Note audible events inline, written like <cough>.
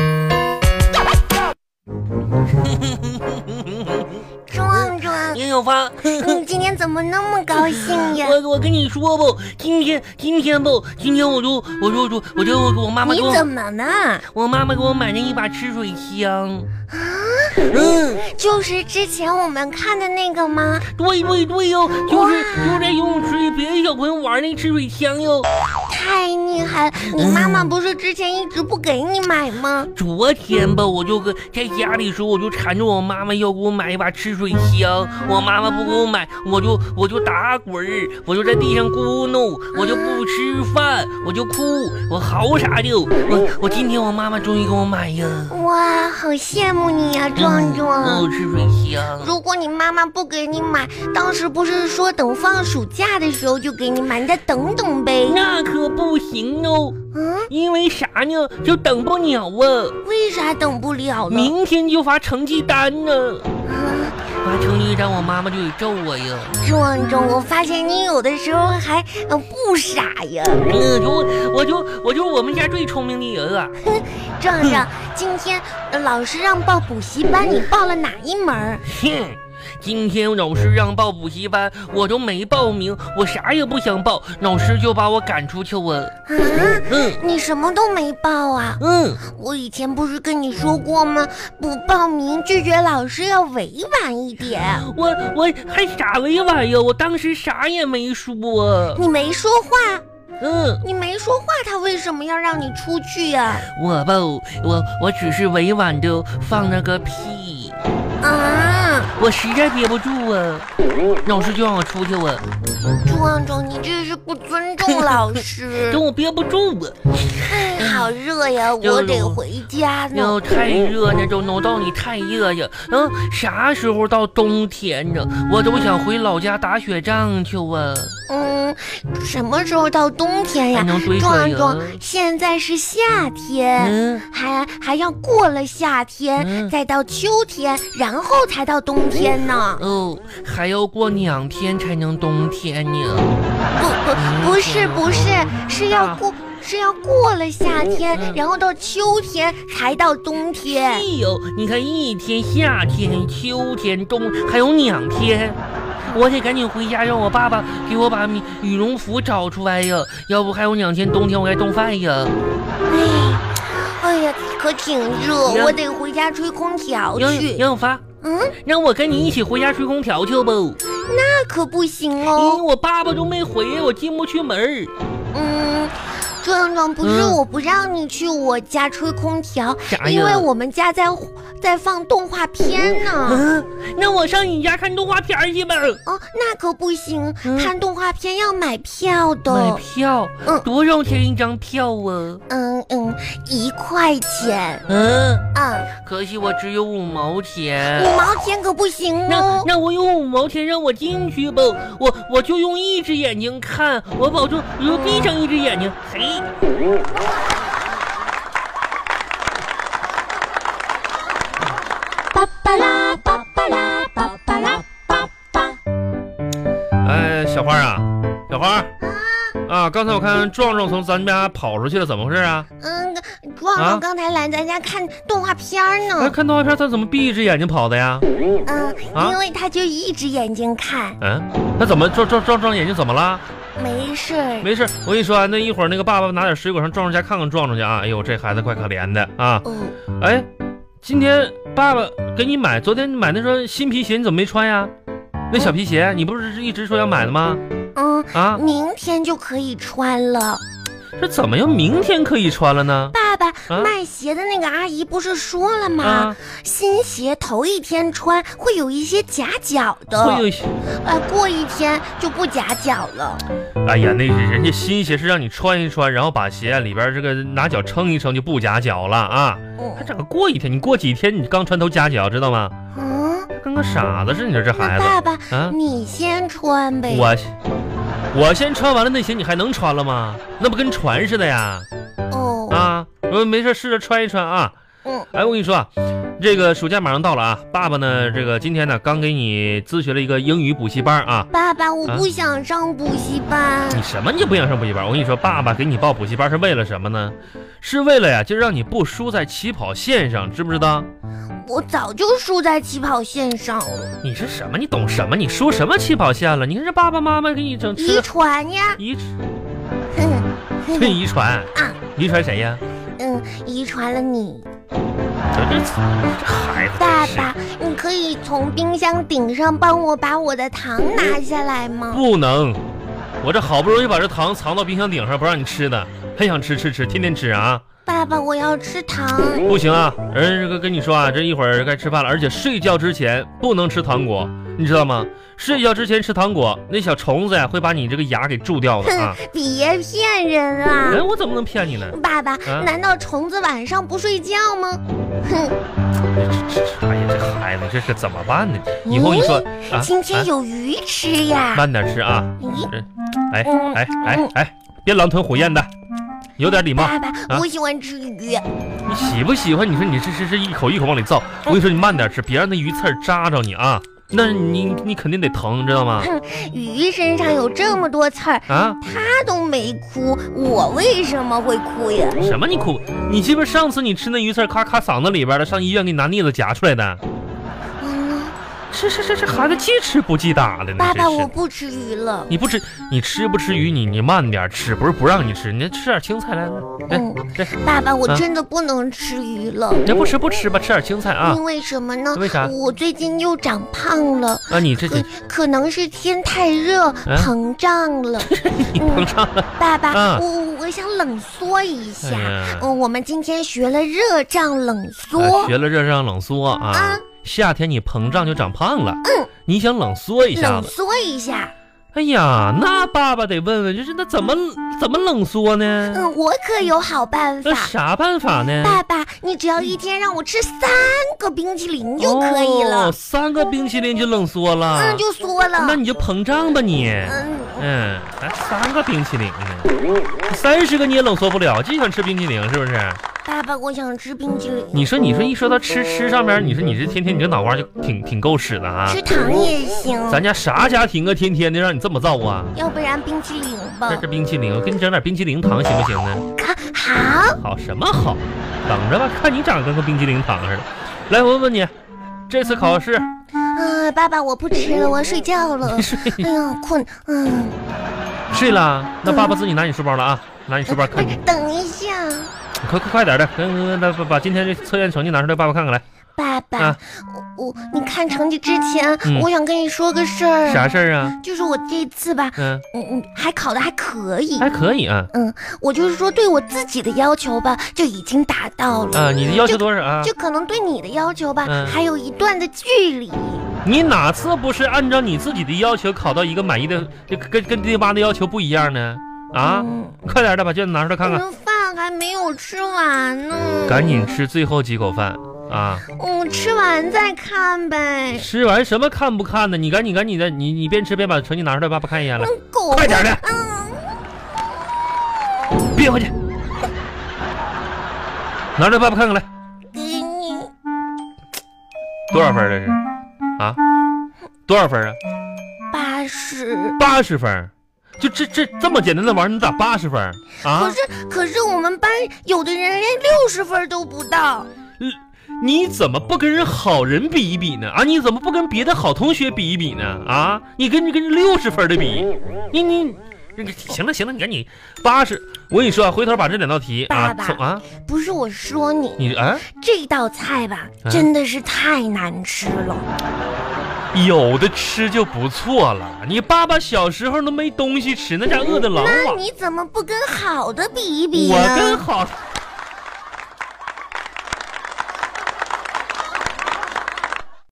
<laughs> 小发，嗯，今天怎么那么高兴哎呀？我我跟你说不，今天今天不，今天我就我就我就我就我妈妈给你我怎么了？我妈妈给我买了一把吃水嗯枪。啊就是之前我们看的那个吗？对对对哟，就是就是在游泳池里别的小朋友玩那吃水枪哟。太厉害了！你妈嗯妈不是之前一直不给你买吗？昨天嗯吧，我就跟在家里时候，我就缠着我妈妈要给我买一把吃水枪，我妈妈不给我买，我就我就打滚儿，我就在地上咕哝，我就不吃饭，我就哭，我嚎啥的。我我今天我妈妈终于给我买呀，哇，好羡慕你呀、壮壮！哦，吃水枪。如果你妈妈不给你买，当时不是说等放暑假的时候就给你买，你再等等呗。那可不行哦，嗯，因为啥呢？就等不了啊，为啥等不了了？明天就发成绩单呢。啊，发成绩单，我妈妈就得揍我呀。壮壮，我发现你有的时候还呃不傻呀。嗯，就我就我就是我们家最聪明的人了。壮壮，今天呃老师让报补习班，你报了哪一门儿？哼，今天老师让报补习班，我都没报名，我啥也不想报，老师就把我赶出去了。啊？嗯你什么都没报啊！嗯，我以前不是跟你说过吗？不报名拒绝老师要委婉一点。我我还啥委婉呀？我当时啥也没说。你没说话，嗯，你没说话，他为什么要让你出去呀、我吧，我我只是委婉的放了个屁，啊？我实在憋不住啊，老师就让我出去了，壮壮，你这是不尊重老师 <laughs> 等。我憋不住啊了。哎，好热呀，就我是得我回家呢。哟，太热呢，这农道里太热呀。嗯，啥时候到冬天呢？我都想回老家打雪仗去啊，嗯，什么时候到冬天哎还呀？能堆壮雪呀壮。，现在是夏天，嗯，还还要过了夏天，嗯再到秋天，然后才到冬天呢。哦，还要过两天才能冬天呢。不不不是嗯不是，是要过是要过了夏天，啊嗯然后到秋天才到冬哎天。呦，你看一天夏天、秋天、冬，还有两天。我得赶紧回家，让我爸爸给我把米羽绒服找出来呀，要不还有两天冬天我该冻饭呀。哎，哎呀，可挺热，呀我得回家吹空调杨去。杨发，嗯，让我跟你一起回家吹空调去不？那可不行因为哦。我爸爸都没回，我进不去门儿。嗯，壮壮，不是嗯我不让你去我家吹空调，哎啥因为呀？我们家在在放动画片呢。嗯，那我上你家看动画片儿去吧。哦，那可不行，嗯看动画片要买票买的。票嗯，多少钱一张票啊？嗯嗯，一块钱。嗯，嗯，可惜我只有五毛钱。嗯五毛钱可不行那哦。那我有五毛钱让我进去吧，我我就用一只眼睛看，我保证我就闭上一只眼睛。嘿，巴巴拉巴巴拉巴巴拉巴巴。哎，小花啊，小花嗯啊，刚才我看壮壮从咱家跑出去了，怎么回事啊？嗯，壮壮啊刚才来咱家看动画片儿哎，呢。看动画片，他怎么闭一只眼睛跑的呀？嗯，啊因为他就一只眼睛看，嗯，他怎么壮壮壮壮眼睛怎么了？没事儿。没事，我跟你说啊，那一会儿那个爸爸拿点水果上壮壮家看看壮壮去啊。哎呦，这孩子怪可怜的啊！哦，哎，今天爸爸给你买，昨天你买那双新皮鞋，你怎么没穿呀？那小皮鞋你不是一直说要买的吗？嗯，啊，明天就可以穿了。这怎么又明天可以穿了呢？爸爸，啊卖鞋的那个阿姨不是说了吗？啊，新鞋头一天穿会有一些夹脚的。会有一些。呃，过一天就不夹脚了。哎呀，那是人家新鞋是让你穿一穿，然后把鞋里边这个拿脚撑一撑就不夹脚了啊！还嗯整个过一天，你过几天你刚穿头夹脚，知道吗？嗯，跟个傻子似的，你说这那孩爸子爸，啊！你先穿呗。我我先穿完了那鞋，你还能穿了吗？那不跟船似的呀！哦，啊，我没事试着穿一穿啊。嗯，哎，我跟你说啊，这个暑假马上到了啊，爸爸呢，这个今天呢刚给你咨询了一个英语补习班啊。爸爸，我啊不想上补习班。你什么你就不想上补习班？我跟你说，爸爸给你报补习班是为了什么呢？是为了呀，就让你不输在起跑线上，知不知道？我早就输在起跑线上了，你是什么？你懂什么？你输什么起跑线了？你看这爸爸妈妈给你整吃遗的传 <laughs> 呀。遗哼这遗传啊，遗传谁呀？ <laughs> 嗯，遗传了你，这这这孩子爸真哎是爸，你可以从冰箱顶上帮我把我的糖拿下来吗？不能，我这好不容易把这糖藏到冰箱顶上不让你吃的，还想吃吃吃，天天吃啊！爸爸，我要吃糖。不行啊，人这个跟你说啊，这一会儿该吃饭了，而且睡觉之前不能吃糖果，你知道吗？睡觉之前吃糖果，那小虫子呀、会把你这个牙给蛀掉的啊！别骗人哎，啦！我怎么能骗你呢？爸爸啊，难道虫子晚上不睡觉吗？哼，这这这，哎呀，这孩子这是怎么办呢？以后你说啊，今天啊有鱼吃呀！慢点吃啊！咦，哎哎哎哎，别狼吞虎咽的，有点礼貌。爸爸，啊我喜欢吃鱼。你喜不喜欢？你说你这这这一口一口往里嗯造，我跟你说你慢点吃，别让那鱼刺儿扎着你啊！那你你肯定得疼，知道吗？嗯鱼身上有这么多刺儿，啊，它都没哭，我为什么会哭呀？什么你哭？你记不上次你吃那鱼刺儿咔咔嗓子里边了，上医院给你拿镊子夹出来的？嗯，是是是是，孩子记吃不记打的呢，爸真爸，是我的。不吃鱼了。你不吃，你吃不吃鱼？你你慢点吃，不是不让你吃，你吃点青菜来来嗯来，这爸爸，我啊真的不能吃鱼了。这不吃不吃吧，吃点青菜啊因为什么呢？为啥我最近又长胖了，啊！你这这可可能是天太热，膨胀 <laughs> 了。嗯你嗯膨胀了，爸爸，啊我我想冷缩一下。哎呀嗯，我们今天学了热胀冷缩，啊学了热胀冷缩啊啊！嗯夏天你膨胀就长胖了，你想冷缩一下冷子，缩一下。哎呀，那爸爸得问问，就是那怎么怎么冷缩呢？嗯，啊我可有好办那法。啥办法呢？爸爸，你只要一天让我吃三个冰淇淋就可以了。哦，三个冰淇淋就冷缩了，嗯，就缩那了。你就膨胀吧你。嗯，嗯，还三个冰淇淋呢，三十个你也冷缩不了，就想吃冰淇淋是不是？爸爸，我想吃冰淇淋，你说你说一说到吃吃上面，你说你这天天你这脑瓜就挺挺够使的啊吃。糖也行，咱家啥家庭啊，天天的让你这么造啊？要不然冰淇淋吧这。是冰淇淋，我给你整点冰淇淋糖行不行呢？啊好，好什么好？等着吧，看你长得跟个冰淇淋糖似的。来，我问你，这次考试 <laughs> 啊，爸爸，我不吃了，我要睡觉了。 <laughs> 哎呀，困，嗯，睡了？那爸爸自己拿你书包了啊，拿你书包哎看，等一下。快快快点的，嗯快快快快把今天这测验成绩拿出来，爸爸看看来。爸爸，啊我我你看成绩之前，嗯我想跟你说个事儿，啥事儿啊？就是我这次吧，嗯，嗯嗯，还考的还可以，还可以啊。我就是说对我自己的要求吧，就已经达到了，啊，你的要求多少啊？就可能对你的要求吧，嗯还有一段的距离。你哪次不是按照你自己的要求考到一个满意的，这跟跟爹妈的要求不一样呢？啊，嗯，快点的把卷子拿出来看我看，的哎饭还没有吃完呢，赶紧吃最后几口饭啊！嗯，吃完再看呗。吃完什么看不看呢？你赶紧赶紧的，你你边吃边把成绩拿出来，爸爸看一眼来，嗯，狗，快点的，憋回去，拿出来，爸爸看看来，给你多少分儿这是？啊，多少分儿啊？八十。八十分儿，就这这这么简单的玩意儿，你咋八十分儿啊可？是可是我们班有的人连六十分都不到。你怎么不跟人好人比一比呢？啊，你怎么不跟别的好同学比一比呢？啊，你跟你跟六十分的比，你你。你行了行了，你赶紧八十。我跟你说啊，回头把这两道题啊，爸爸从啊，不是我说你，你啊，这道菜吧，啊真的是太难吃了。有的吃就不错了。你爸爸小时候都没东西吃，那家饿的狼那哇。你怎么不跟好的比一比我跟呢？好